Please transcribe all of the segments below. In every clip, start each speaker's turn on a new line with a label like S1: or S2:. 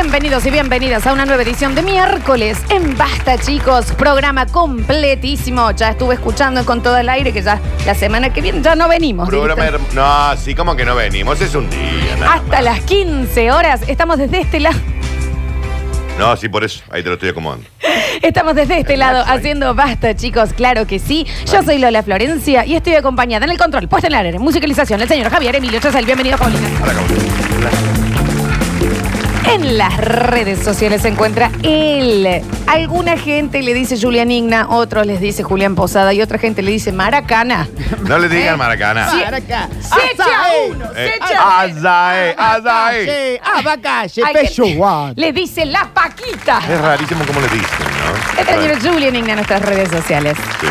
S1: Bienvenidos y bienvenidas a una nueva edición de miércoles en Basta, chicos. Programa completísimo. Ya estuve escuchando con todo el aire que ya la semana que viene ya no venimos.
S2: Programa
S1: Dieguito.
S2: herm- No, sí, como que no venimos. Es un día. nada
S1: Hasta
S2: más.
S1: las 15 horas estamos desde este lado.
S2: No, sí, por eso. Ahí te lo estoy acomodando.
S1: Estamos desde este lado
S2: Relax, ahí.
S1: haciendo basta, chicos, claro que sí. Yo soy Lola Florencia y estoy acompañada en el control, puesta en la arena, en musicalización, el señor Javier Emilio Chazal. Bienvenido, Paulina.
S2: Ahora acabo.
S1: En las redes sociales se encuentra él. Alguna gente le dice Julián Igna, otros les dice Julián Posada y otra gente le dice Maracana.
S2: No le digan maracana.
S1: Eh, Sí.
S3: Maracá.
S1: Se echa uno, se
S2: Eh,
S1: echa Ah,
S2: azae, azae.
S3: Abacaxi, abacaxi,
S1: Hay
S3: pecho
S1: gente-
S3: guan.
S1: Le dice La Paquita.
S2: Es rarísimo como le dicen, ¿no?
S1: Este señor es Julián Igna en nuestras redes sociales.
S2: Sí.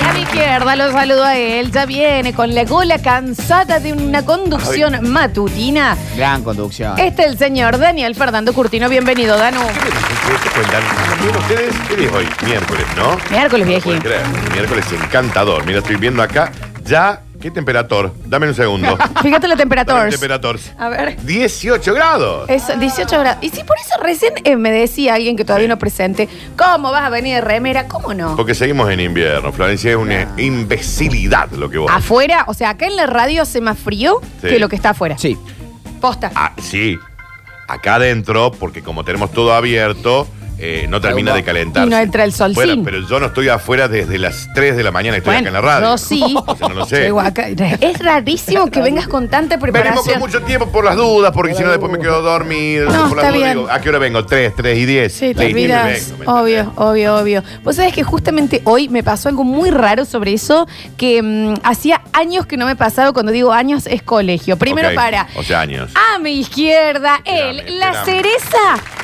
S1: Y a mi izquierda lo saludo a él. Ya viene con la gola cansada de una conducción matutina.
S3: Gran conducción.
S1: Este es el señor Daniel Fernando Curtino. Bienvenido, Danu.
S2: ¿Qué les- qué- qué cuentan? Miren ustedes, ¿qué día es hoy? Miércoles, ¿no?
S1: Miércoles,
S2: No pueden
S1: viejito.
S2: creer. Miércoles encantador. Mira, estoy viendo acá ya. ¿Qué temperatura? Dame un segundo.
S1: Fíjate la temperatura.
S2: Dame temperatura.
S1: A ver.
S2: 18 grados.
S1: Eso, 18 grados. Y sí, por eso recién eh, me decía alguien que todavía no presente, ¿cómo vas a venir de remera? ¿Cómo no?
S2: Porque seguimos en invierno. Florencia es una imbecilidad lo que vos.
S1: Ah, Afuera, o sea, acá en la radio hace más frío
S2: Sí.
S1: que lo que está afuera.
S3: Sí.
S1: Posta.
S2: Ah, sí. Acá adentro, porque como tenemos todo abierto, eh, no termina de calentarse.
S1: Y no entra el sol,
S2: Bueno,
S1: sí.
S2: pero yo no estoy afuera desde las 3 de la mañana, estoy
S1: Bueno,
S2: acá en la radio.
S1: yo sí.
S2: O sea, no lo sé.
S1: Llego acá. Es rarísimo que vengas con tanta
S2: Venimos con
S1: preparación.
S2: mucho tiempo por las dudas, porque si no después me quedo dormido.
S1: No,
S2: por las
S1: está
S2: dudas
S1: bien.
S2: digo, ¿A qué hora vengo? 3, 3 y 10.
S1: Sí, te
S2: Listo, y me
S1: olvidas.
S2: vengo, ¿me entendés?
S1: Obvio, obvio, obvio. Vos sabés que justamente hoy me pasó algo muy raro sobre eso, que mm, hacía años que no me pasaba. Cuando digo años, es colegio. Primero
S2: Ok,
S1: para Ah.
S2: O sea, años.
S1: A mi izquierda, él,
S2: Espérame,
S1: la
S2: espérame.
S1: cereza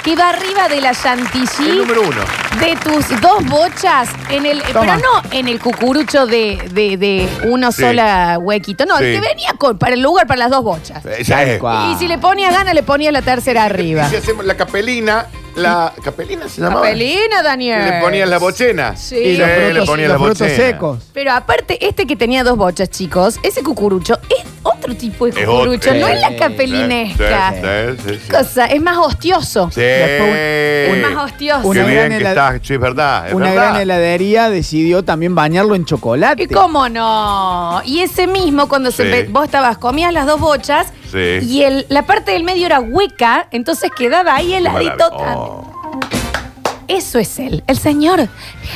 S1: que va arriba de la chantilly.
S2: El número uno.
S1: De tus dos bochas, en el, pero
S3: Toma.
S1: no en el cucurucho de, de, de uno
S2: Sí.
S1: sola huequito. No,
S2: Sí.
S1: el que venía con- para el lugar para las dos bochas.
S2: Eh, ya es.
S3: cual. Ah.
S1: Y si le ponía gana, le ponía la tercera
S2: Y
S1: arriba.
S2: si hacemos la capelina, la capelina se llamaba.
S1: Capelina, Daniel.
S2: Le ponían la bochena.
S1: Sí.
S2: Sí,
S3: Y los
S2: le
S3: frutos,
S2: ponían
S3: los
S2: la
S3: frutos
S2: bochena.
S3: secos.
S1: Pero aparte, este que tenía dos bochas, chicos, ese cucurucho es otro tipo de
S2: Es otro.
S1: cucurucho, no
S3: Sí.
S1: es la capelinesca.
S2: Sí, sí, sí, sí.
S1: Cosa, es más hostioso.
S2: Sí.
S3: Después,
S1: un- un más hostioso.
S2: Qué
S3: Una
S2: bien
S3: gran
S2: que
S3: hela-
S2: estás, sí, es verdad. es
S3: Una
S2: verdad.
S3: gran heladería decidió también bañarlo en chocolate.
S1: ¿Y cómo no? Y ese mismo, cuando se
S2: Sí.
S1: ve- vos estabas, comías las dos bochas
S2: Sí.
S1: y el, la parte del medio era hueca, entonces quedaba ahí el heladito también.
S2: Oh.
S1: Eso es él, el señor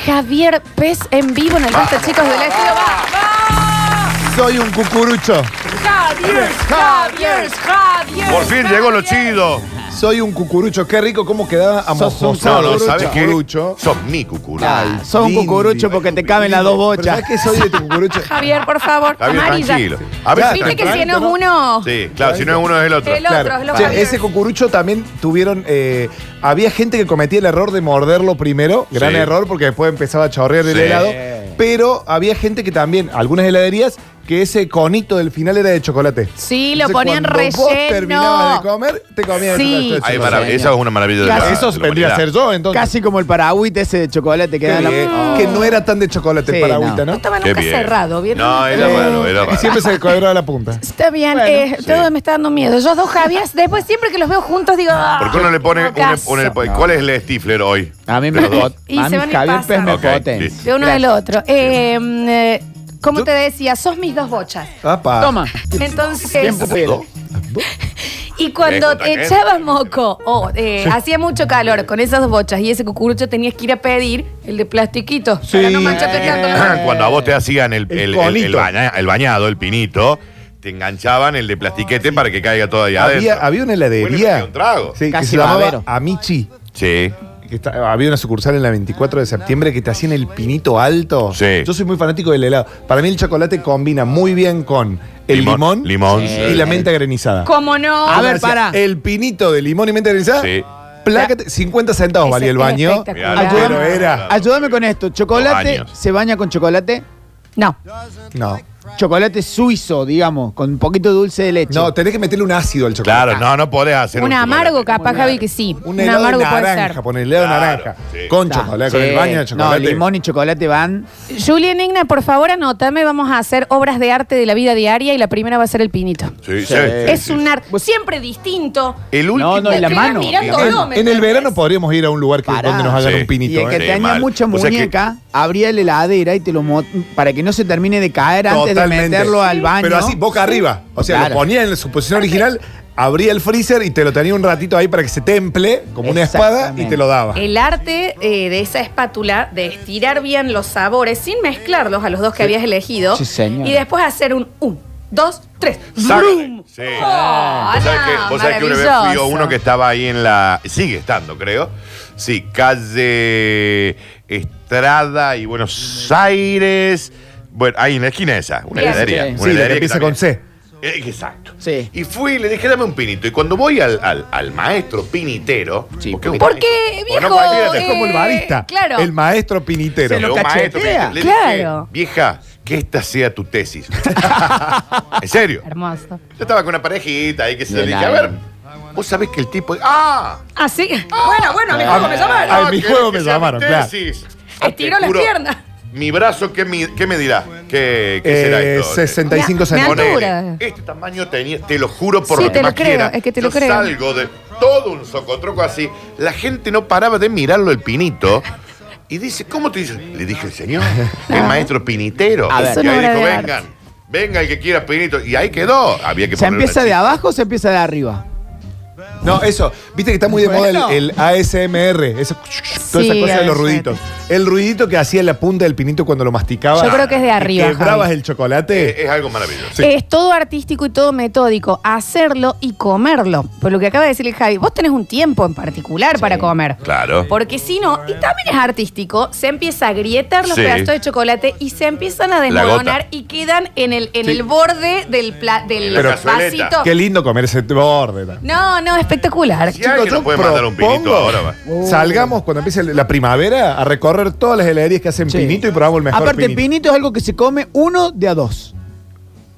S1: Javier Pez en vivo en el Basta, chicos, del estudio. ¡Vamos!
S3: Soy un cucurucho.
S1: ¡Javier! ¡Javier! ¡Javier!
S2: Por fin llegó lo chido.
S4: Soy un cucurucho, qué rico cómo quedaba
S3: Sos
S4: amojoso.
S3: un
S2: No, no,
S3: Cucurucho.
S2: ¿sabes qué?
S4: Cucurucho.
S2: Sos mi cucurucho.
S3: Ah, sos un
S4: Lindy.
S3: cucurucho porque te caben las dos
S4: Pero
S3: bochas.
S4: ¿Sabes qué soy de tu cucurucho?
S1: Javier, por favor,
S2: Está bien,
S1: amarilla.
S2: tranquilo. A veces
S1: Viste que
S2: tranquilo.
S1: si no es uno,
S2: Sí, claro, si no es uno es el otro.
S1: el otro es lo
S4: Che,
S1: Javier.
S4: ese cucurucho también tuvieron. eh, había gente que cometía el error de morderlo primero, gran
S2: Sí.
S4: error, porque después empezaba a chorrear el
S2: Sí.
S4: helado. Pero había gente que también, algunas heladerías, que ese conito del final era de chocolate.
S1: Sí, lo
S4: Entonces,
S1: ponían
S4: cuando Vos
S1: relleno.
S4: terminabas de comer, te comías
S1: Sí.
S4: el chocolate.
S2: Ay,
S4: de
S2: marav-
S4: chocolate.
S2: esa es una maravilla de la,
S4: Claro, Eso
S2: de la
S4: vendría a ser
S2: humanidad.
S4: yo, entonces.
S3: Casi como el paragüite ese de chocolate que
S4: Qué
S3: da la
S4: bien, Que no era tan de chocolate
S3: Sí,
S4: para
S3: no.
S4: agüita,
S1: No
S4: ¿no?
S1: estaba
S2: Qué
S1: nunca
S2: bien.
S1: cerrado, ¿vieron?
S2: No, era
S4: Eh,
S2: raro, era raro.
S4: Y siempre se cuadraba la punta.
S1: Está bien,
S3: Bueno,
S1: eh,
S2: sí.
S1: todo me está dando miedo. Yo dos Javier, después siempre que los veo juntos digo. "Ah,
S2: ¿Por qué uno le pone,
S1: no
S2: un-
S1: caso".
S2: un- el- ¿Cuál es el Stifler hoy?
S3: A mí
S2: De
S3: me
S2: los dos.
S3: pot-
S1: Y
S3: A
S1: se
S3: mí
S1: van a ir
S3: Javier Pérez me
S1: pasando.
S3: poten.
S2: Ok, listo.
S1: De uno del otro. Eh, eh, como
S4: Yo-
S1: te decía, sos mis dos bochas.
S4: Apa.
S3: Toma.
S1: Entonces,
S3: Tiempo pela.
S1: y cuando
S2: Dejo,
S1: te
S2: Taquet.
S1: echabas moco o eh, hacía mucho calor con esas dos bochas y ese cucurucho tenías que ir a pedir el de plastiquito para no mancharte tanto la mano.
S2: Cuando a vos te hacían el,
S4: El
S2: el- el- el
S4: conito.
S2: baña- el bañado, el pinito, te enganchaban el de plastiquete para que caiga todo ahí
S4: Había,
S2: adentro.
S4: había una
S2: Bueno, tenía
S4: heladería
S2: un trago.
S4: sí, que
S3: Casi
S4: se llamaba
S3: babero.
S4: Amichi.
S2: Sí.
S4: que está- había una sucursal en la 24 de septiembre que te hacían el pinito alto.
S2: Sí.
S4: Yo soy muy fanático del helado. Para mí el chocolate combina muy bien con el limón,
S2: Limón.
S3: Sí.
S4: y la menta granizada.
S1: Como no.
S3: A
S4: Yo me
S3: ver,
S4: hacía
S3: pará.
S4: El pinito de limón y menta granizada.
S2: Sí.
S4: Plácate, 50 centavos
S1: Ese
S4: valía el
S1: era
S4: baño.
S1: espectacular.
S4: Ah, Pero era.
S3: Ayúdame con esto. ¿Chocolate
S2: Dos años.
S3: se baña con chocolate?
S1: No.
S4: No.
S3: chocolate suizo, digamos, con un poquito de dulce de leche.
S4: No, tenés que meterle un ácido al chocolate.
S3: Ah.
S2: Claro, no, no podés hacer
S1: Un amargo,
S2: chocolate.
S1: capaz, Javi, que sí.
S4: Un
S1: Un
S4: helado
S1: amargo
S4: de
S1: puede
S4: naranja,
S1: ser.
S4: poner helado de
S2: Claro,
S4: naranja.
S2: sí.
S4: Con
S3: Está.
S4: chocolate, con el
S3: Sí.
S4: baño de chocolate.
S3: No, limón y chocolate van.
S1: Julián Igna, por favor, anótame. Vamos a hacer obras de arte de la vida diaria y la primera va a ser el pinito.
S2: Sí, sí,
S3: Sí.
S2: sí,
S1: es
S2: Eh, sí. Eh,
S1: un arte siempre distinto.
S2: El último.
S3: No, no, y la
S1: Te
S3: mano.
S1: vas mirando,
S2: En-
S1: ¿no?
S4: En,
S1: ¿Me
S4: en el
S1: entendés?
S4: verano podríamos ir a un lugar que,
S3: Pará.
S4: donde nos hagan
S2: Sí.
S4: un
S3: Y
S4: pinito.
S3: el que
S4: ¿eh?
S2: Sí,
S3: tenía
S2: mal.
S3: mucha
S2: O sea que-
S3: muñeca, abría la heladera y te lo mo- para que no se termine de caer antes de
S4: Totalmente.
S3: meterlo al baño.
S4: Pero así, boca arriba. O sea,
S3: Claro.
S4: lo ponía en su posición original, abría el freezer y te lo tenía un ratito ahí para que se temple, como una espada, y
S3: Exactamente.
S4: te lo daba.
S1: El arte eh, de esa espátula, de estirar bien los sabores sin mezclarlos a los dos que habías elegido.
S3: Sí, señor.
S1: Y después hacer un 1, 2, 3.
S2: Sac- Sí.
S1: Oh,
S2: Vos sabés
S1: no,
S2: que, vos sabés que una vez fui a
S1: maravilloso.
S2: uno que estaba ahí en la. Sigue estando, creo. Sí, calle Estrada y Buenos Aires. Bueno, ahí en la esquina esa, una
S1: Bien.
S2: heladería.
S3: Sí,
S2: una
S4: sí, la que
S2: heladería
S4: empieza
S2: también-
S4: con C.
S2: Eh, Exacto.
S3: Sí.
S2: Y fui y le dije, dame un pinito. Y cuando voy al, al- al maestro pinitero.
S3: Sí,
S1: Porque, viejo,
S2: Bueno, cualquiera te-
S1: eh,
S4: Es como el barista.
S1: claro.
S4: El maestro pinitero.
S3: Se
S2: Pero
S3: lo
S2: un maestro
S3: cachetea.
S2: pinitero. Le dije,
S1: Claro.
S2: vieja, que esta sea tu tesis. en serio.
S1: Hermoso.
S2: Yo estaba con una parejita ahí que se le
S3: Bien
S2: dije, a
S3: ahí.
S2: ver, vos sabés que el tipo. ¡Ah!
S1: Ah, sí. bueno, bueno, mi
S4: Ah,
S1: juego me llamaron.
S4: ah, mi
S2: ¿querés
S4: juego
S2: que
S4: me
S2: sea mi
S4: llamaron, claro.
S2: tesis?
S1: Estiró
S2: Te
S1: las
S2: juro,
S1: piernas.
S2: Mi brazo, ¿qué, mi- qué me dirá? ¿Qué, qué será
S4: Eh,
S2: esto?
S4: 65
S1: Me- me
S4: centímetros.
S2: Ponele,
S1: altura.
S2: Este tamaño tenía, te lo juro por
S1: Sí,
S2: lo que
S1: te lo
S2: más
S1: creo,
S2: quiera.
S1: es que te lo
S2: Yo
S1: creo.
S2: salgo de todo un socotroco así. La gente no paraba de mirarlo el pinito. Y dice, ¿cómo te dice? Le dije, el señor, el maestro pinitero.
S3: A ver.
S1: Es
S2: y
S1: una
S2: ahí
S1: obra
S2: dijo,
S1: de arte.
S2: vengan, venga el que quiera pinito. Y ahí quedó. Había que
S3: ¿Se
S2: poner una
S3: empieza de
S2: chica.
S3: abajo o se empieza de arriba?
S4: No, eso. Viste que está muy de
S3: Bueno.
S4: moda el, el ASMR. Eso, toda esa
S1: Sí,
S4: cosa de
S1: ASMR.
S4: los ruiditos. El ruidito que hacía en la punta del pinito cuando lo masticaba.
S1: Yo creo que es de
S4: y
S1: arriba,
S4: Quebrabas
S1: Javi.
S4: el chocolate.
S2: Eh, Es algo maravilloso.
S4: Sí.
S1: Es todo artístico y todo metódico. Hacerlo y comerlo. Por lo que acaba de decir el Javi, vos tenés un tiempo en particular para comer.
S2: Claro.
S1: Porque si no, y también es artístico, se empieza a grietar los
S2: Sí.
S1: pedazos de chocolate y se empiezan a
S2: La
S1: desmoronar
S2: gota.
S1: y quedan en el, en
S4: Sí.
S1: el borde del, pla- del
S2: En la
S1: vasito.
S2: cazueleta.
S4: Qué lindo comer ese borde.
S1: No,
S4: ¿no?
S1: no, espectacular.
S2: Si alguien nos puede mandar un pinito
S4: propongo-
S2: ahora, va.
S4: Salgamos cuando empiece la primavera a recorrer todas las heladerías que hacen
S3: Sí.
S4: pinito y probamos el mejor
S3: Aparte,
S4: pinito.
S3: pinito es algo que se come uno de a dos.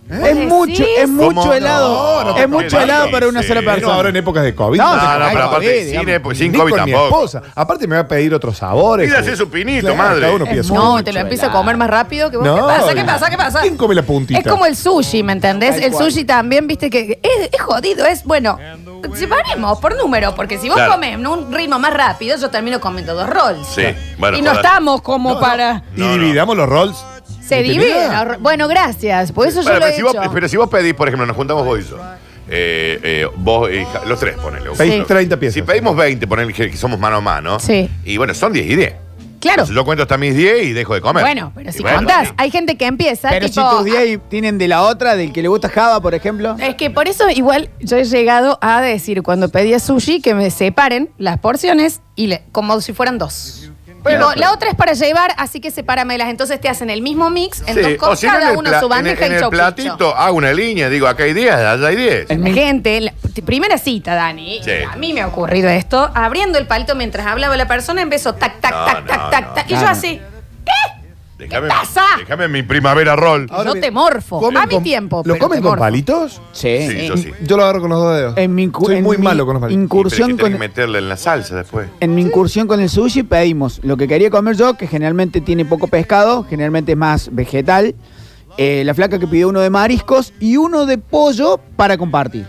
S4: ¿Eh?
S3: Es
S1: ¿Decís?
S3: mucho, es
S1: ¿Cómo?
S3: mucho helado.
S2: No, no te
S3: es mucho
S2: comas,
S3: helado
S2: sí,
S3: para una
S2: sí.
S3: sola
S2: No,
S4: Pero
S3: persona.
S4: ahora en épocas de COVID.
S3: No,
S2: No, no,
S3: se come
S2: pero
S3: con
S2: aparte
S3: COVID,
S2: sin,
S3: digamos.
S2: epo- sin
S4: Ni
S2: COVID
S4: con mi
S2: tampoco.
S4: esposa. Aparte me va a pedir otros sabores.
S2: Pídase su pinito,
S4: Claro,
S2: madre.
S4: Cada uno pide su
S1: No,
S4: pinito.
S1: te lo empieza a comer más rápido que vos.
S4: No,
S1: ¿Qué pasa? ¿Qué
S4: no.
S1: pasa? ¿Qué pasa?
S4: ¿Quién come la puntita?
S1: Es como el sushi, ¿me entendés?
S3: Tal
S1: El
S3: cual.
S1: sushi también, viste, que es, es jodido. Es, bueno, separemos por número, porque si vos
S2: Claro.
S1: comes en un ritmo más rápido, yo termino comiendo dos rolls.
S2: Sí, bueno,
S1: y no
S2: joder.
S1: estamos como para...
S4: Y
S2: No, no.
S4: dividamos los rolls.
S1: Se divide.
S4: dividen
S1: Bueno, gracias. Por eso
S2: Bueno,
S1: yo lo
S2: pero,
S1: he
S2: si
S1: hecho.
S2: vos, pero si vos pedís, por ejemplo, nos juntamos vos y yo. Eh, eh, vos y Ja- los tres, ponele.
S4: Pedís
S2: Sí.
S4: 30 piezas.
S2: Si pedimos 20, ponele que, que somos mano a mano.
S1: Sí.
S2: Y bueno, son 10 y 10.
S1: claro.
S2: Yo cuento hasta mis 10 y dejo de comer.
S1: Bueno, pero
S2: Y
S1: si
S2: bueno,
S1: contás,
S2: sí.
S1: hay gente que empieza
S3: Pero
S1: tipo... ah. Eh.
S3: si tus días ahí tienen de la otra, del que le gusta Java, por ejemplo.
S1: Es que por eso igual yo he llegado a decir cuando pedía sushi que me separen las porciones y le- como si fueran dos. Digo, la otra es para llevar, así que sepáramelas. Entonces te hacen el mismo mix en
S2: Sí,
S1: dos
S2: o
S1: cosas,
S2: si no,
S1: cada
S2: en el
S1: uno
S2: pla-
S1: su
S2: en el-
S1: bandeja
S2: en
S1: y
S2: el
S1: chau, picho.
S2: platito hago una línea, digo, acá hay 10, allá hay 10.
S3: En
S1: La
S3: mi-
S1: gente, la t- primera cita, Dani,
S2: Sí.
S1: a mí me ha ocurrido esto, abriendo el palito mientras hablaba la persona, empezó tac, tac,
S2: No,
S1: tac,
S2: no,
S1: tac, tac,
S2: no.
S1: tac. Y yo
S3: Claro.
S1: así,
S2: Déjame,
S1: pasa?
S2: déjame mi primavera roll.
S4: Ahora
S1: no
S4: bien,
S1: te morfo.
S4: comen
S1: A mi
S4: con-
S1: tiempo.
S4: ¿Lo
S1: pero
S4: comen
S1: te
S4: con
S1: morfo.
S4: palitos?
S3: Sí.
S2: Sí, yo sí.
S4: Yo lo agarro con los dos dedos.
S3: En mi cu-
S4: Soy
S3: en
S4: muy
S3: mi
S4: malo con los palitos.
S3: Incursión
S2: Pero es que tenés
S3: con-
S2: que meterle en la salsa después.
S3: En mi incursión con el sushi pedimos lo que quería comer yo, que generalmente tiene poco pescado, generalmente es más vegetal. Eh, la flaca que pidió uno de mariscos y uno de pollo para compartir.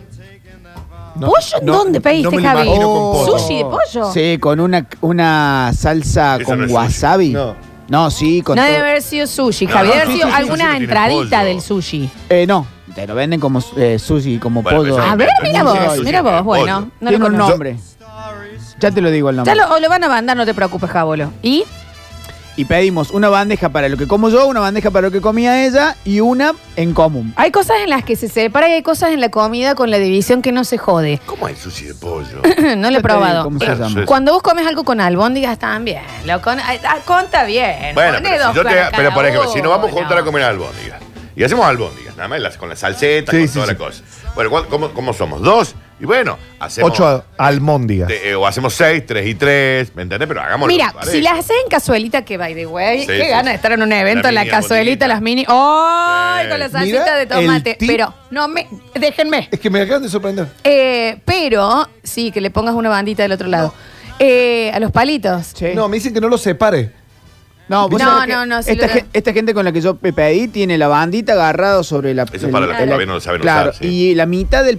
S4: No,
S1: ¿Pollo?
S4: no,
S1: ¿Dónde pediste,
S4: no me lo
S1: Javi?
S4: imagino con pollo.
S1: ¿Sushi de pollo?
S3: Sí, con una, una salsa
S2: Eso no
S3: con
S2: es sushi.
S3: wasabi.
S4: No.
S3: No, sí, con
S1: No
S3: todo-
S1: debe haber sido sushi,
S2: No,
S1: Javier.
S2: no,
S1: debe haber
S2: sí,
S1: sido
S2: sí, sí, sí,
S1: alguna
S2: tiene
S1: entradita
S2: pollo.
S1: del sushi.
S3: Eh, no, te lo venden como eh, sushi, como
S2: Bueno,
S3: pollo.
S2: pero
S1: A ver, mira
S2: Tiene
S1: vos,
S2: sushi,
S1: mira
S2: tiene
S1: vos. Bueno,
S2: pollo.
S1: no lo
S3: Tiene un
S1: conozco.
S3: nombre. Ya te lo digo el nombre.
S1: Ya lo, o lo van a mandar, no te preocupes, Jabolo. ¿Y?
S3: Y pedimos una bandeja para lo que como yo, una bandeja para lo que comía ella y una en común.
S1: Hay cosas en las que se separa y hay cosas en la comida con la división que no se jode.
S2: ¿Cómo es sushi de pollo?
S1: no lo he
S3: Ya te digo
S1: probado. Eh,
S3: ¿Cómo se
S2: Bueno,
S3: llama?
S2: sí.
S1: Cuando vos comes algo con albóndigas, también. Lo con, ah, ah, conta bien.
S2: Bueno,
S1: Poné
S2: pero, si
S1: dos
S2: yo te-
S1: para
S2: pero
S1: cada
S2: por ejemplo, si nos vamos
S1: uno.
S2: juntos a comer albóndigas y hacemos albóndigas, nada más las- con la salseta,
S4: Sí,
S2: con
S4: sí,
S2: toda
S4: sí.
S2: la cosa. Bueno, ¿cuál- ¿cómo, cómo somos? ¿Dos? Y bueno, hacemos.
S4: Ocho a- almóndigas.
S2: te- eh, o hacemos seis, tres y tres, ¿me entendés? Pero hagámoslo.
S1: Mira,
S2: parejo.
S1: si las hacen en cazuelita, que by the way,
S2: Sí,
S1: qué
S2: sí,
S1: gana
S2: sí.
S1: de estar en un evento
S2: La
S1: en la
S2: mini, la
S1: cazuelita,
S2: botellita.
S1: las mini. ¡Ay!
S2: Sí.
S1: Con la
S4: Mira
S1: salsita de
S4: el
S1: tomate.
S4: tip.
S1: Pero, no me. Déjenme.
S4: Es que me acaban de sorprender.
S1: Eh, pero, sí, que le pongas una bandita del otro lado. Eh, a los palitos.
S3: Sí.
S4: No, me dicen que no lo separe.
S3: No, vos
S1: No,
S3: sabés que
S1: no, no, sí
S3: esta,
S1: lo-
S3: gen- esta gente con la que yo pe- pedí tiene la bandita agarrada sobre la.
S2: Eso es para los que
S3: el-
S2: todavía no lo saben
S3: claro,
S2: usar, sí.
S3: Y la mitad del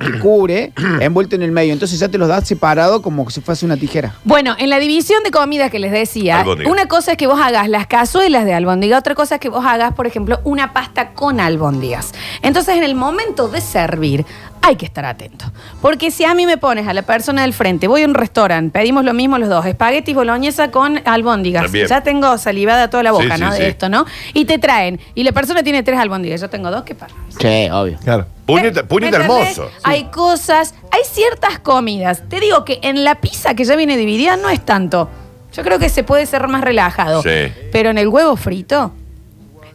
S3: que cubre envuelto en el medio. Entonces ya te los das separado como si fuese una tijera.
S1: Bueno, en la división de comidas que les decía,
S2: Albóndiga.
S1: una cosa es que vos hagas las cazuelas de albóndiga, otra cosa es que vos hagas, por ejemplo, una pasta con albóndigas. Entonces, en el momento de servir, hay que estar atento. Porque si a mí me pones a la persona del frente, voy a un restaurante, pedimos lo mismo los dos, espaguetis boloñesa con albóndigas.
S2: También.
S1: Ya tengo salivada toda la
S2: Sí,
S1: boca,
S2: sí,
S1: ¿no?
S2: sí.
S1: De esto, ¿no? Y te traen, y la persona tiene tres albóndigas, yo tengo dos, ¿qué pasa?
S3: Sí, obvio.
S4: Claro.
S2: Puñeta, puñeta
S1: ¿Me entendés?
S2: hermoso.
S1: Hay cosas, hay ciertas comidas. Te digo que en la pizza que ya viene dividida no es tanto. Yo creo que se puede ser más relajado.
S2: Sí.
S1: Pero en el huevo frito,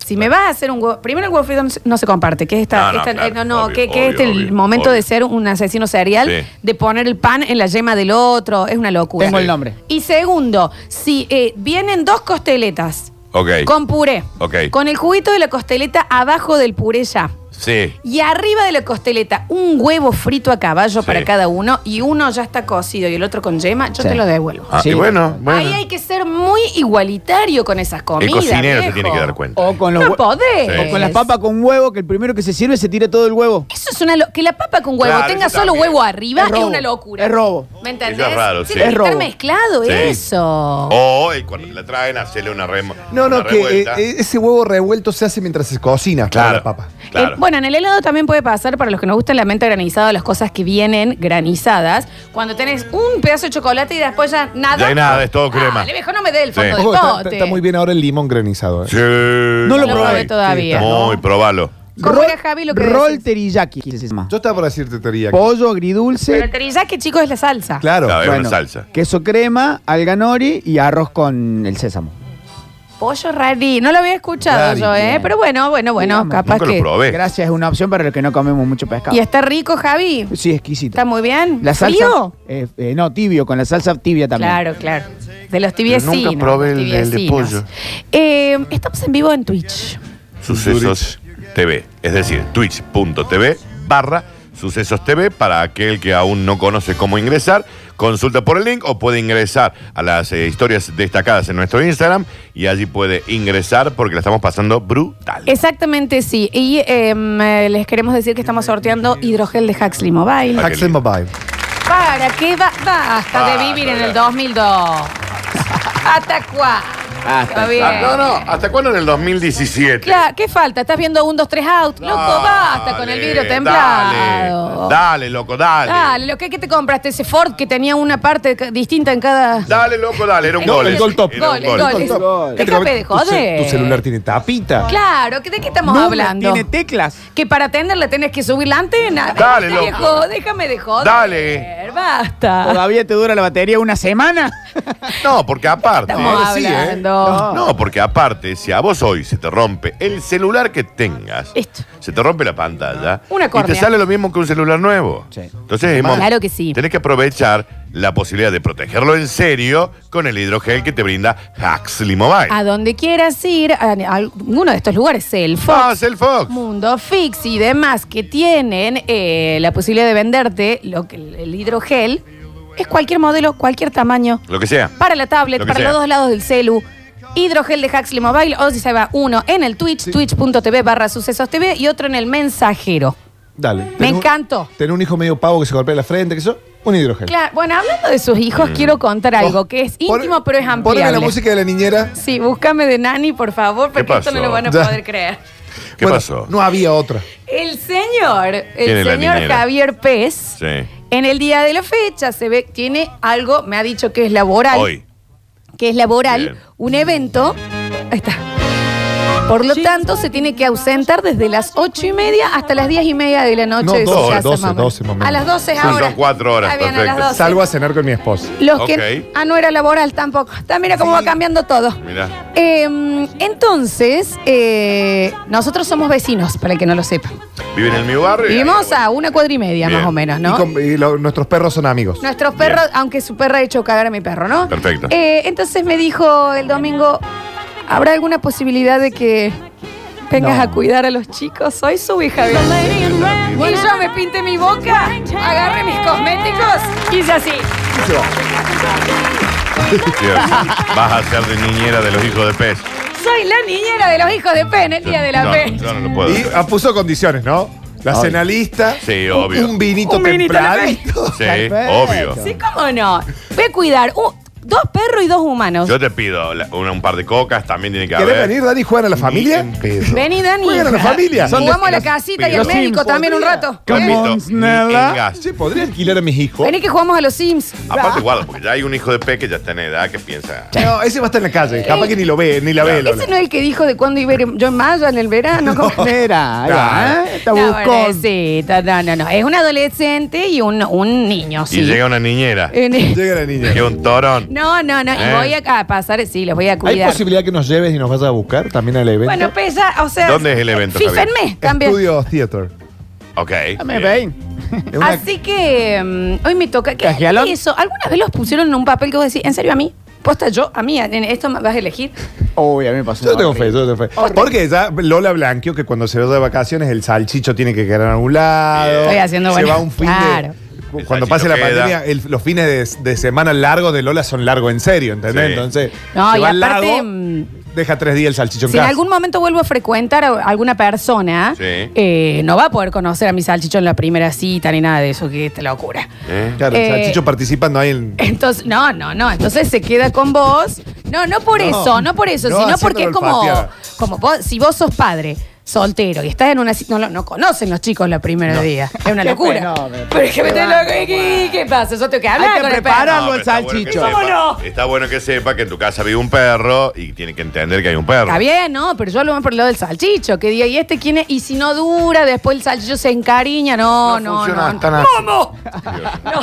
S1: si me vas a hacer un huevo. Primero el huevo frito no se, no se comparte, que es esta-
S2: No, no,
S1: esta-
S2: claro,
S1: eh, no, no,
S2: obvio,
S1: que, que
S2: obvio,
S1: este el
S2: obvio,
S1: momento de
S2: obvio.
S1: ser un asesino serial,
S2: Sí.
S1: de poner el pan en la yema del otro, es una locura.
S3: Tengo el nombre.
S1: Y segundo, si eh, vienen dos costeletas
S2: Ok.
S1: con puré,
S2: Ok.
S1: con el juguito de la costeleta abajo del puré ya.
S2: Sí.
S1: Y arriba de la costeleta, un huevo frito a caballo
S2: Sí.
S1: para cada uno y uno ya está cocido y el otro con yema, yo
S3: Sí.
S1: te lo devuelvo.
S2: Ah,
S3: Sí.
S2: y bueno, bueno.
S1: Ahí hay que ser muy igualitario con esas comidas.
S2: El cocinero se
S1: viejo.
S2: tiene que dar cuenta.
S3: O con los
S1: No
S3: hue-
S1: podés.
S3: O con las papas con huevo, que el primero que se sirve se tira todo el huevo.
S1: Eso es una lo- que la papa con huevo
S2: Claro,
S1: tenga
S2: eso
S1: solo
S2: también.
S1: huevo arriba
S3: Es
S1: es,
S3: robo,
S1: una locura.
S3: es robo.
S1: ¿Me entendés?
S2: Eso es raro, sí.
S1: Tiene que
S3: Es
S1: estar
S3: robo.
S1: mezclado
S2: Sí. Oh,
S1: eso.
S2: O y cuando la traen, hacerle una remo.
S4: No, no,
S2: una
S4: que eh,
S2: revuelta.
S4: eh, ese huevo revuelto se hace mientras se cocina. Claro.
S2: claro,
S4: La papa.
S2: Claro.
S1: Eh, bueno, en el helado también puede pasar, para los que nos gusta la menta granizada, las cosas que vienen granizadas, cuando tenés un pedazo de chocolate y después ya nada.
S2: Ya hay nada, es todo crema.
S1: Dale, viejo, no me dé el fondo
S2: Sí.
S1: del
S4: Ojo, está,
S1: pote.
S4: está muy bien ahora el limón granizado. ¿eh?
S2: Sí.
S3: No
S1: No
S3: lo
S1: lo
S3: probé.
S1: probé todavía.
S2: Muy, probalo.
S1: ¿Cómo
S3: Rol-
S1: era, Javi, lo que
S3: Roll
S1: decís?
S3: teriyaki. que se llama.
S4: Yo estaba por decirte teoría.
S3: Pollo
S1: Pero
S3: agridulce.
S1: el teriyaki, chicos, es la salsa.
S4: Claro.
S2: Claro, es
S3: bueno,
S2: una salsa.
S3: Queso crema, alga nori y arroz con el sésamo.
S1: Pollo rari. No lo había escuchado
S4: Rari,
S1: yo, ¿eh?
S3: bien.
S1: Pero bueno, bueno, bueno,
S3: Digamos,
S1: capaz
S2: Nunca lo
S1: que...
S2: probé.
S3: Gracias, es una opción para los que no comemos mucho pescado.
S1: ¿Y está rico, Javi?
S3: Sí, exquisito.
S1: ¿Está muy bien?
S3: La salsa.
S1: ¿Frío?
S3: eh, eh, no, tibio, con la salsa tibia también.
S1: Claro, claro. De los tibiecinos.
S2: Pero nunca probé
S1: los
S2: el- el de
S1: tibiecinos.
S2: pollo.
S1: Eh, estamos en vivo en Twitch.
S2: Sucesos TV. Es decir, twitch.tv barra Sucesos TV para aquel que aún no conoce cómo ingresar. Consulta por el link o puede ingresar a las eh, historias destacadas en nuestro Instagram y allí puede ingresar porque la estamos pasando brutal.
S1: Exactamente, sí. Y em, eh, les queremos decir que estamos sorteando hidrogel de Huxley Mobile.
S2: Huxley.
S4: Axel Mobile.
S1: ¿Para qué va? Basta de
S2: Basta,
S1: vivir en el
S2: ya.
S1: 2002. ¿Hasta cuándo? Está bien.
S2: Ah, no, no, ¿hasta cuándo en el 2017?
S1: Claro, ¿qué falta? ¿Estás viendo un, dos, tres out? Loco,
S2: Dale,
S1: basta con el vidrio templado.
S2: Dale, dale, loco, dale.
S1: Dale, lo que, que te compraste, ese Ford que tenía una parte ca- distinta en cada.
S2: Dale, loco, dale. Era un
S4: No,
S2: gol.
S4: el
S2: ese.
S4: gol top.
S2: Era un
S1: Gol, el gol.
S4: Top.
S3: Gol.
S4: ¿Qué te
S1: Déjame de
S4: comés? Tu ce-
S1: joder.
S4: Tu celular tiene tapita.
S1: Claro, ¿qué- ¿de qué estamos
S3: No,
S1: hablando?
S3: Tiene teclas.
S1: Que para tenerla tenés que subir la antena.
S2: Dale,
S1: Déjame de
S2: loco.
S1: joder, Déjame de joder.
S2: Dale.
S1: Basta.
S3: Todavía te dura la batería una semana.
S2: No, porque aparte.
S1: Estamos
S4: Sí, ¿eh?
S1: hablando.
S2: No, porque aparte, si a vos hoy se te rompe el celular que tengas,
S1: Esto.
S2: se te rompe la pantalla
S1: Una
S2: y te
S1: córnea.
S2: sale lo mismo que un celular nuevo.
S3: Sí.
S2: Entonces, es mo-
S1: Claro que sí.
S2: Tenés que aprovechar la posibilidad de protegerlo en serio con el hidrogel que te brinda Huxley Mobile.
S1: A donde quieras ir, a a alguno de estos lugares, el
S2: Ah,
S1: Fox,
S2: es el Fox.
S1: Mundo Fix y demás que tienen eh, la posibilidad de venderte lo que, el hidrogel, es cualquier modelo, cualquier tamaño.
S2: Lo que sea.
S1: Para la tablet,
S2: Lo que
S1: para
S2: sea.
S1: los dos lados del celu. Hidrogel de Huxley Mobile, o si se va uno en el Twitch, twitch.tv barra sucesos TV y otro en el mensajero.
S4: Dale.
S1: Me
S4: Tenés un-
S1: encantó.
S4: Tener un hijo medio pavo que se golpea la frente, que eso, un hidrogel.
S1: Cla- bueno, hablando de sus
S2: Mm.
S1: hijos, quiero contar algo que es
S4: Pon-
S1: íntimo, pero es
S4: Poneme la
S1: ampliable.
S4: música de la niñera.
S1: Sí, búscame de Nani, por favor, porque esto
S2: pasó?
S1: no lo van a
S4: Ya.
S1: poder creer.
S2: ¿Qué
S4: Bueno,
S2: pasó?
S4: No había otra.
S1: El señor,
S2: ¿Quién
S1: el
S2: es la
S1: señor
S2: niñera?
S1: Javier Pez,
S2: Sí.
S1: en el día de la fecha se ve, tiene algo, me ha dicho que es laboral,
S2: Hoy.
S1: que es laboral,
S2: Bien.
S1: un evento, ahí está, Por lo tanto, se tiene que ausentar desde las ocho y media hasta las diez y media de la noche.
S4: No,
S1: de su
S4: doce,
S1: casa,
S4: doce,
S1: mamá.
S4: doce, mamá.
S1: A las doce
S2: Son-
S1: ahora.
S2: son cuatro horas,
S1: Ah, bien, a las
S2: perfecto.
S1: 12.
S4: Salgo a cenar con mi esposa.
S1: Los
S2: Ok.
S1: que. Ah, no era laboral tampoco. Está, mira cómo va cambiando todo.
S2: Mirá.
S1: Eh, entonces, eh, nosotros somos vecinos, para el que no lo sepa.
S2: Viven en mi barrio. y ahí,
S1: Vivimos
S2: bueno.
S1: a una cuadra y media,
S2: Bien.
S1: más o menos,
S4: Y,
S1: ¿no?
S4: con- y lo- nuestros perros son amigos.
S1: Nuestros perros, aunque su perra ha hecho cagar a mi perro, ¿no?
S2: Perfecto.
S1: Eh, entonces me dijo el domingo, ¿habrá alguna posibilidad de que vengas
S4: No.
S1: a cuidar a los chicos? Soy su hija. de- Y yo me pinté mi boca, agarré mis cosméticos y hice así.
S2: Dios, Vas a ser de niñera de los hijos de pez.
S1: Soy la niñera de los hijos de P en el día de la
S2: no,
S1: P.
S2: Yo no lo puedo.
S4: Y ah, puso condiciones, ¿no? La
S3: Ay.
S4: cena lista.
S2: Sí,
S4: un-
S2: obvio.
S4: Un vinito
S1: Un vinito
S4: templadito.
S2: Sí,
S3: Perfecto.
S2: obvio.
S1: Sí, cómo no. Voy a cuidar un- dos perros y dos humanos.
S2: Yo te pido la- una- un par de cocas, también tiene que haber.
S4: ¿Querés venir, Dani, jugar a la familia?
S1: Vení, Dani.
S4: Juegan a la familia.
S1: Jugamos a la casita y al
S2: Los
S1: médico
S3: Sims,
S1: también un
S3: podría.
S1: rato.
S3: Come
S1: Vení.
S3: on.
S2: Repito,
S3: Gonznella.
S2: ni engas.
S4: Sí, podría alquilar a mis hijos.
S1: Vení que jugamos a los Sims.
S2: Aparte, guarda, porque ya hay un hijo de pez que ya está en edad que piensa.
S4: No, ese va a estar en la calle. Capaz que ni lo ve, ni la ve. Lola.
S1: Eh, Ese no es el que dijo de cuándo iba a ir yo en mayo, en el verano. ¿Cómo?
S3: Mira, ahí va, ¿eh? Está
S1: No,
S3: buscón.
S1: pobrecita, no, no, no. Es un adolescente y un, un niño, sí.
S2: Y llega una niñera.
S1: En-
S4: Llega la niña.
S2: Llega un torón.
S1: No, no, no.
S2: Eh.
S1: Y voy a, a pasar, sí, los voy a
S4: ¿Hay
S1: cuidar.
S4: posibilidad que nos lleves y nos vayas a buscar también al evento?
S1: Bueno, pesa, o sea.
S2: ¿Dónde es el evento, Javier?
S1: Fíjenme también.
S4: Estudios Theater.
S2: Ok.
S3: Dame
S2: bien.
S3: vein.
S4: Es una-
S1: Así que mm, hoy me toca. ¿Qué
S3: ¿Cajialón?
S1: es eso? ¿Alguna vez los pusieron en un papel que vos decís, en serio a mí? Posta yo, a mí, en esto me vas a elegir.
S3: Uy, a mí me pasó.
S4: Yo
S3: una
S4: tengo fe,
S3: horrible.
S4: yo tengo fe. Porque ya Lola Blanquio, que cuando se va de vacaciones, el salchicho tiene que quedar a un lado.
S1: Estoy haciendo
S4: se
S1: buena-
S4: va un fin
S1: Claro.
S4: de.
S2: El
S4: Cuando pase la
S2: salchicho queda.
S4: pandemia, el- los fines de, de semana largos de Lola son largos en serio, ¿entendés?
S2: Sí.
S4: Entonces,
S1: No,
S4: se
S1: y
S4: va al
S1: aparte,
S4: lago,
S1: mm,
S4: deja tres días el salchicho en
S1: Si en
S4: casa.
S1: algún momento vuelvo a frecuentar a alguna persona,
S2: Sí.
S1: eh, no va a poder conocer a mi salchicho en la primera cita ni nada de eso, que te locura.
S2: ¿Eh?
S4: Claro, el
S1: Eh,
S4: salchicho participando ahí en.
S1: Entonces, no, no, no. Entonces se queda con vos. No, no por
S4: No,
S1: eso, no por eso,
S4: no
S1: sino
S4: haciéndolo
S1: porque es
S4: el
S1: como,
S4: pateada.
S1: como vos, si vos sos padre soltero y estás en una cita, no, lo- no conocen los chicos los primeros días. Es una
S3: Qué
S1: locura.
S3: fenómeno.
S1: Pero es que me tengo que- ¿qué, qué pasa? Yo tengo que hablar
S3: Hay que
S1: con el
S3: preparar.
S1: perro.
S3: Algo
S2: pero
S3: el
S2: está bueno que
S3: salchicho.
S2: sepa-
S1: ¿Cómo no?
S2: Está bueno que sepa que en tu casa vive un perro y tiene que entender que hay un perro.
S1: Está bien, no, pero yo lo veo por el lado del salchicho, que diga, ¿y este quién es? Y si no dura, después el salchicho se encariña, no,
S2: No
S1: no,
S2: funciona
S1: no.
S2: tan así.
S1: ¿Cómo? No,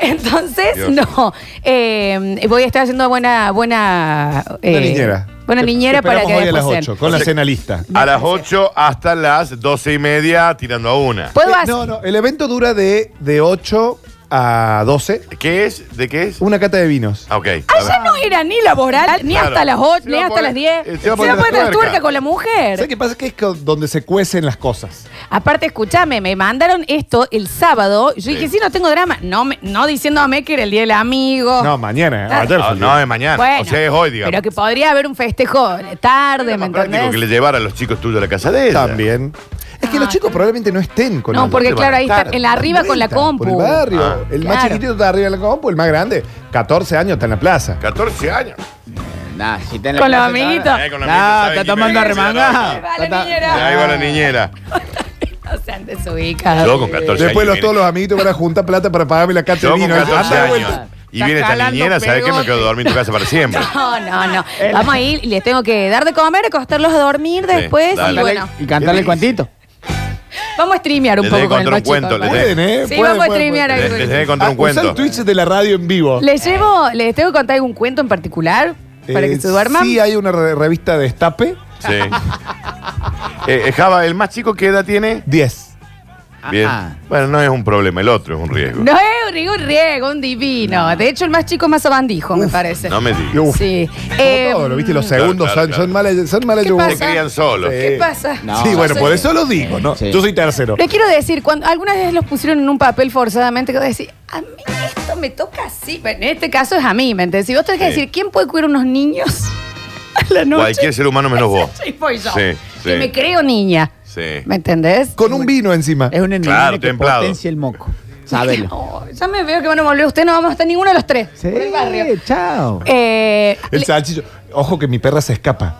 S1: Entonces,
S2: Dios.
S1: no. Eh, voy a estar haciendo buena, buena.
S4: Una
S1: eh,
S4: niñera.
S1: Buena
S4: Te-
S1: niñera
S4: te
S1: para que
S4: esperamos hoy a
S1: después
S4: las
S1: sean.
S4: 8, con
S2: O
S4: la
S2: sea-
S4: cena lista.
S2: A las 8 hasta las 12 y media tirando a una.
S1: ¿Puedo
S4: Eh,
S1: hacer?
S4: No, no, el evento dura de, de 8 a 12.
S2: ¿Qué es? ¿De qué es?
S4: Una cata de vinos.
S2: Ah, ok.
S1: Ah,
S2: A ver.
S1: ya no era ni laboral, ni
S2: Claro.
S1: hasta las 8,
S2: Se
S1: ni
S2: va a
S1: hasta
S2: poner-
S1: las
S2: eh,
S1: 10.
S2: se va a
S1: Se va a
S2: poner
S1: poner
S2: tuerca.
S1: tuerca con la
S4: ¿Sabes
S1: mujer.
S4: qué pasa? Que es con- donde se cuecen las cosas.
S1: Aparte, escúchame, me mandaron esto el sábado. Yo dije, sí, no tengo drama. No, me- no diciéndome que era el día del amigo.
S4: No, mañana. eh.
S1: Ah,
S4: Ayer
S2: Ah,
S4: fue el
S2: no,
S4: día.
S2: es mañana.
S1: Bueno,
S2: o sea, es hoy, digamos.
S1: Pero que podría haber un festejo tarde,
S2: Era
S1: ¿me
S2: más práctico que le
S1: entendés?
S2: llevara a los chicos tuyos a la casa de ella.
S4: También. Es que
S1: Ah,
S4: los chicos
S1: sí.
S4: probablemente no estén con
S1: No,
S4: el-
S1: porque
S2: te
S1: claro,
S2: van a
S1: ahí está,
S2: estar
S1: en la arriba con la
S4: Vuelta, Por el
S1: compu.
S4: barrio.
S2: Ah,
S4: el más
S1: claro.
S4: chiquitito está arriba de la compu, el más grande. 14 años está en la plaza.
S2: 14 años.
S3: Nah, si está en la
S1: Con los
S3: casa,
S1: amiguitos.
S2: Eh, con la mente,
S3: Nah,
S2: ¿sabe
S3: está
S2: quién
S3: tomando
S2: me dice?
S1: Va
S3: arremangada.
S1: la
S3: Está-
S1: niñera.
S2: Ahí va la niñera.
S1: No sean desubicados.
S2: Yo con 14 años.
S4: Después los,
S2: viene-
S4: todos los amiguitos van a juntar plata para pagarme la cata de
S2: Yo con
S4: vino. Ah,
S2: 14
S4: Anda, güey.
S2: años. Y viene esta
S3: jalando
S2: niñera, ¿sabes qué? Me
S3: pegote.
S2: quedo dormir en tu casa para siempre.
S1: No, no, no. Vamos a ir y les tengo que dar de comer, acostarlos a dormir después.
S2: dale.
S1: y bueno,
S3: Y cantarle el
S4: ¿Qué dice?
S3: cuantito.
S1: vamos a streamear un
S2: Les
S1: poco
S2: debe
S1: con el
S2: contar un
S1: más chico, ¿no?
S2: cuento, les
S4: Pueden, ¿eh?
S1: Sí,
S4: Pueden,
S1: vamos a
S4: pueden,
S1: streamear
S4: pueden.
S2: Les, les dejé
S4: Ah,
S2: contar un
S4: usa
S2: cuento.
S4: el Twitch de la radio en vivo.
S1: Les llevo, les tengo que contar algún cuento en particular para
S4: Eh,
S1: que se duerman.
S4: Sí, hay una re- revista de Estape.
S2: Sí. Eh, eh, Java, ¿el más chico qué edad tiene?
S4: 10.
S2: Bien.
S3: Ajá.
S2: Bueno, no es un problema, el otro es un riesgo.
S1: No es un ningún riego, un divino. De hecho, el más chico es más abandijo, me parece.
S2: No me digas.
S4: Uf.
S1: Sí. Eh,
S4: Como todo, lo viste, los
S2: Claro,
S4: segundos
S2: mm. claro,
S4: son,
S2: claro.
S4: son malas, son malas
S1: ¿Qué
S4: yuguras.
S2: Se
S1: pasa?
S2: crían solos.
S4: Sí.
S1: ¿Qué pasa?
S3: No.
S4: sí, bueno,
S1: Yo
S4: por
S1: soy-
S4: eso lo digo, ¿no?
S3: Sí.
S4: Yo soy tercero.
S1: Le quiero decir, cuando algunas veces los pusieron en un papel forzadamente, que vos decís, a mí esto me toca así. Bueno, en este caso es a mí, ¿me entendés? Si vos tenés que
S2: Sí.
S1: decir, ¿quién puede cuidar unos niños a la noche?
S2: Cualquier ser humano menos vos.
S1: Sí, voy yo.
S2: Sí, sí.
S1: Que me creo niña,
S2: Sí.
S1: ¿me entendés?
S4: Con un vino encima.
S3: Es un
S2: Claro,
S3: enemigo que
S2: templado.
S3: potencia el moco. Sábelo.
S1: Oh, ya me veo que van a volver. Ustedes no vamos a estar ninguno de los tres.
S3: Sí,
S1: Por el barrio.
S3: chao.
S1: Eh,
S4: El salchicho. Ojo que mi perra se escapa.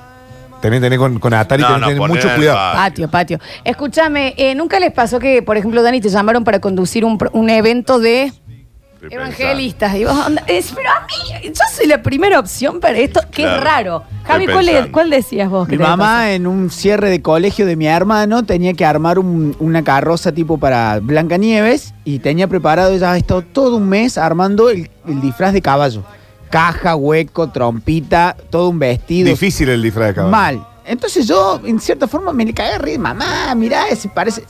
S4: Tenés, tenés con, con Atari,
S2: No,
S4: tenés,
S2: no,
S4: tenés
S2: poner
S4: mucho
S2: el
S4: cuidado.
S2: bar.
S1: Patio, patio. Escúchame, eh, ¿nunca les pasó que, por ejemplo, Dani, te llamaron para conducir un, pro- un evento de
S2: Estoy
S1: Evangelistas. Y vos, onda, es, pero a mí, yo soy la primera opción para esto. Qué
S2: Claro.
S1: raro. Javi,
S2: Estoy
S1: ¿cuál, es-
S2: pensando.
S1: cuál decías vos? que
S3: Mi
S1: te
S3: mamá en un cierre de colegio de mi hermano tenía que armar un- una carroza tipo para Blancanieves y tenía preparado, ella ha estado todo un mes armando el, el disfraz de caballo. Caja, hueco, trompita, todo un vestido.
S4: Difícil el disfraz de caballo.
S3: Mal. Entonces yo, en cierta forma, me le cagué de reír. Mamá, mirá, ese parece...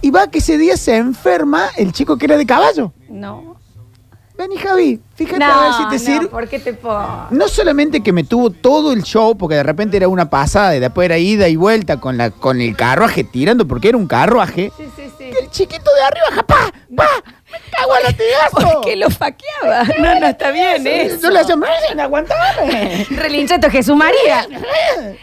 S3: Y va que ese día se enferma el chico que era de caballo.
S1: pasó? No.
S3: Vení, Javi, fíjate
S1: No,
S3: a ver si te
S1: no,
S3: sirve.
S1: ¿por qué te puedo?
S3: No solamente que me tuvo todo el show, porque de repente era una pasada y después era ida y vuelta con, la, con el carruaje tirando, porque era un carruaje.
S1: Sí, sí, sí.
S3: El chiquito de arriba, ¡japá! ¡Pa! ¡Me cago en latigazo!
S1: ¿Por qué lo faqueaba? No, no, está bien, ¿eh?
S3: Yo le hacía, "Miren, aguantame!
S1: Relincheto Jesús María.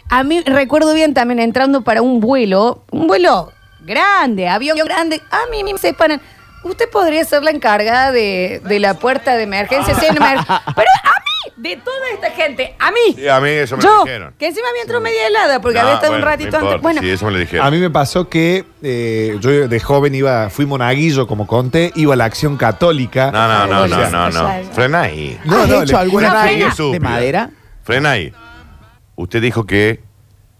S1: A mí recuerdo bien también entrando para un vuelo, un vuelo grande, avión grande. A mí me separan. Usted podría ser la encargada de, de la puerta de emergencia. sí, no me- Pero a mí, de toda esta gente, a mí.
S2: Sí, a mí eso me
S1: yo,
S2: lo dijeron.
S1: que encima me entró media helada porque
S2: No,
S1: había estado
S2: bueno,
S1: un
S2: no
S1: ratito
S2: importa,
S1: antes. Bueno,
S2: Sí, eso me lo dijeron.
S4: A mí me pasó que eh, yo de joven iba, fui monaguillo, como conté, iba a la acción católica.
S2: No, no, no,
S1: Ay,
S2: no,
S1: ya,
S2: no,
S1: ya,
S2: no.
S1: ya.
S2: Frena ahí.
S4: No,
S3: ¿Has
S4: no,
S3: hecho
S4: le-
S3: alguna
S1: No, frena.
S3: magia de
S2: Súpida.
S3: madera?
S2: Frena ahí. Usted dijo que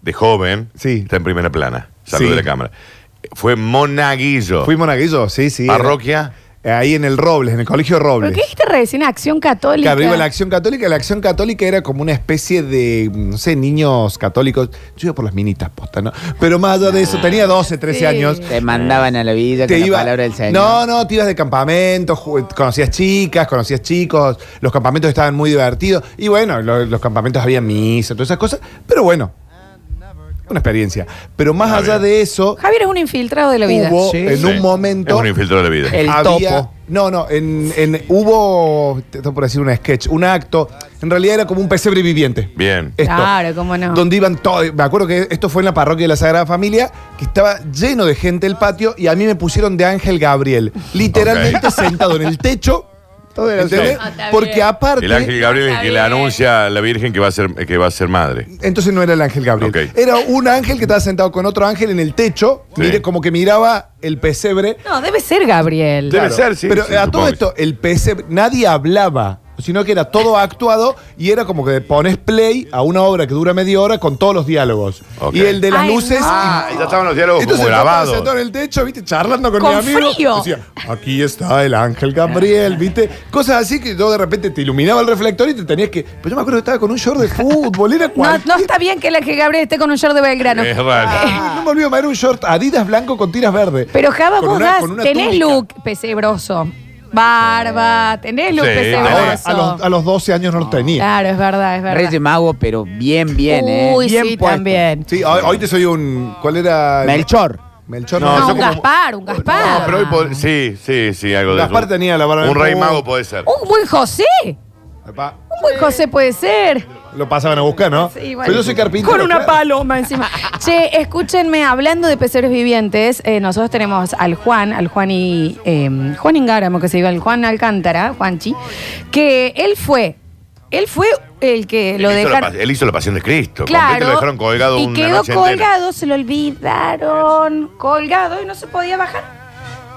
S2: de joven
S4: Sí.
S2: está en primera plana. Salud
S4: Sí.
S2: de la cámara. Fue monaguillo.
S4: Fui monaguillo, sí, sí.
S2: parroquia.
S4: Era- ahí en el Robles, en el colegio
S1: ¿por
S4: Robles.
S1: qué dijiste recién acción católica?
S4: Claro, iba a la acción católica. La acción católica era como una especie de, no sé, niños católicos. Yo iba por las minitas, posta, ¿no? Pero más allá de
S2: Ah.
S4: eso, tenía 12, 13
S1: Sí.
S4: años.
S3: Te mandaban a la vida
S4: Te
S3: con
S4: iba-
S3: la palabra del Señor.
S4: No, no, te ibas de campamento, ju- conocías chicas, conocías chicos, los campamentos estaban muy divertidos. Y bueno, lo- los campamentos había misa, todas esas cosas. Pero bueno, una experiencia. Pero más
S2: Está
S4: allá
S2: bien.
S4: de eso,
S1: Javier es un infiltrado de la vida.
S4: hubo
S3: Sí.
S4: en
S2: Sí.
S4: un momento.
S2: Es un infiltrado de vida.
S3: El topo.
S4: No, no, en, en- hubo, te, te por decir un sketch, un acto. En realidad era como un pesebre viviente.
S2: Bien.
S4: Esto,
S1: Claro, cómo no.
S4: Donde iban todos. Me acuerdo que esto fue en la parroquia de la Sagrada Familia, que estaba lleno de gente el patio y a mí me pusieron de Ángel Gabriel. Literalmente
S2: Ok.
S4: sentado en el techo.
S3: Todo era-
S4: ¿entendés?
S1: Ah, está
S4: Porque
S1: bien.
S4: aparte.
S2: El ángel Gabriel es el
S1: Está
S2: que le
S1: bien.
S2: anuncia a la Virgen que va a ser, que va a ser madre.
S4: Entonces no era el ángel Gabriel.
S2: Ok.
S4: Era un ángel que estaba sentado con otro ángel en el techo,
S2: Sí.
S4: mire, como que miraba el pesebre
S1: No, debe ser Gabriel.
S2: Debe ser, sí.
S4: Pero
S2: sí,
S4: eh, a
S2: supongo
S4: todo
S2: que
S4: esto, el PC, nadie hablaba, sino que era todo actuado y era como que pones play a una obra que dura media hora con todos los diálogos.
S2: Ok.
S4: Y el de las
S1: Ay,
S4: luces.
S1: no.
S4: y-
S2: Ah, ya estaban los diálogos
S4: Entonces,
S2: como
S4: yo estaba sentado
S2: grabados.
S4: en el techo, viste, charlando con,
S1: Con
S4: mi amigo.
S1: frío.
S4: Decía, aquí está el ángel Gabriel, viste. Cosas así que yo de repente te iluminaba el reflector y te tenías que. Pero yo me acuerdo que estaba con un short de fútbol, era
S1: No,
S4: cualquier-
S1: no está bien que el ángel Gabriel esté con un short de Belgrano.
S2: Es raro.
S4: Ah, no me olvido, era un short Adidas blanco con tiras verdes.
S1: Pero Java,
S4: Con
S1: vos
S4: una-
S1: das-
S4: con una
S1: tenés
S4: túnica.
S1: look pesebroso. Barba, tenés look
S2: Sí,
S4: Ahora,
S1: pesebroso.
S4: a los, a los 12 años no lo tenía.
S1: Claro, es verdad, es verdad.
S3: Reyes Mago, pero bien, bien, ¿eh?
S1: Uy,
S3: bien
S1: sí,
S3: puesto.
S1: también.
S4: Sí, hoy, hoy te soy un. ¿Cuál era? el-
S3: Melchor.
S4: Melchor.
S2: No,
S4: No,
S1: No,
S2: yo
S1: un
S2: como-
S1: Gaspar, un Gaspar. Ah.
S2: No, pero hoy pod- sí, sí, sí, algo de
S4: Gaspar
S2: eso.
S4: tenía la barba
S2: Un
S4: de-
S2: rey mago puede ser.
S1: Un buen José. Un
S4: Epá,
S1: buen José puede ser.
S4: Lo pasaban a buscar, ¿no?
S1: Sí, bueno.
S4: Pero yo soy carpintero.
S1: Con una
S4: claro.
S1: paloma encima. che, escúchenme, hablando de peceros vivientes, eh, nosotros tenemos al Juan, al Juan y. eh, Juan Ingáramo, que se iba, al Juan Alcántara, Juanchi, que él fue. Él fue el que lo
S2: él, hizo la,
S1: dejaron.
S2: pas- él hizo la pasión de Cristo. completo,
S1: Claro.
S2: lo dejaron colgado
S1: y
S2: una
S1: quedó
S2: noche
S1: colgado,
S2: entera.
S1: se lo olvidaron. Colgado y no se podía bajar.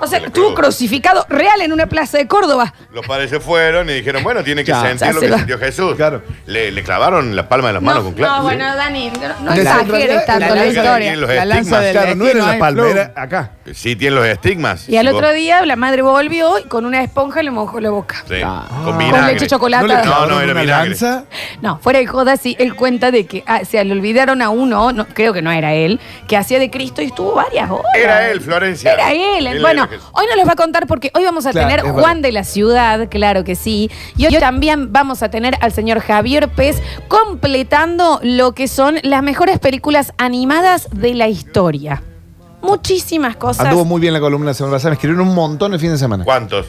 S1: O sea,
S2: Se le
S1: estuvo
S2: pegó.
S1: crucificado real en una plaza de Córdoba.
S2: Los padres se fueron y dijeron, bueno, tiene que
S3: Ya,
S2: sentir
S1: ya
S2: lo
S1: se
S2: que
S1: va.
S2: sintió Jesús.
S4: Claro.
S2: Le, le clavaron la palma de las
S1: no,
S2: manos con clavo.
S1: no, bueno, Dani, no, no
S4: La-
S1: exageres
S4: la-
S1: tanto la,
S2: la-
S1: historia.
S2: los estigmas.
S4: Claro, no
S1: ¿eh?
S4: era en la palma,
S3: palmera
S4: era acá.
S2: Sí, tiene los estigmas.
S1: Y al
S2: Vos-
S1: otro día la madre volvió y con una esponja le mojó la boca.
S2: Sí,
S3: Ah.
S2: con
S1: Con
S2: vinagre.
S1: leche chocolate.
S4: le
S1: No,
S2: no,
S4: clavaron
S2: era
S4: una
S2: vinagre.
S4: lanza?
S1: No, fuera de joda, sí, él cuenta de que ah, se le olvidaron a uno, no, creo que no era él, que hacía de Cristo y estuvo varias horas.
S2: Era él, Florencia.
S1: Era él.
S2: Él
S1: bueno,
S2: era Jesús.
S1: hoy nos los va a contar porque hoy vamos a
S4: Claro,
S1: tener
S4: es
S1: Juan
S4: verdad.
S1: de la Ciudad, claro que sí. Y hoy también vamos a tener al señor Javier Pez completando lo que son las mejores películas animadas de la historia. Muchísimas cosas.
S4: Anduvo muy bien la columna la semana pasada. Me escribieron un montón el fin de semana.
S2: ¿Cuántos?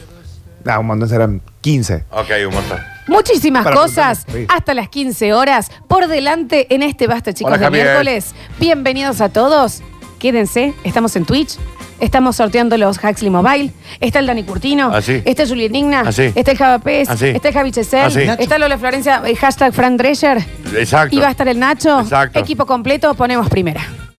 S4: Ah, un montón, serán 15.
S2: Ok, un montón.
S1: Muchísimas
S4: Para
S1: cosas
S4: preguntarnos, sí.
S1: hasta las 15 horas por delante en este Basta Chicos
S2: Hola,
S1: de
S2: Javier.
S1: miércoles. Bienvenidos a todos. Quédense, estamos en Twitch. Estamos sorteando los Huxley Mobile. Está el Dani Curtino.
S2: Así.
S1: Está Juliet Igna.
S2: Así.
S1: Está el Java Pez.
S2: Así.
S1: Está el Javi Chesel.
S2: Así.
S1: Está Lola Florencia. eh, Hashtag Fran Drescher.
S2: Exacto.
S1: Y va a estar el Nacho.
S2: Exacto.
S1: Equipo completo, ponemos primera.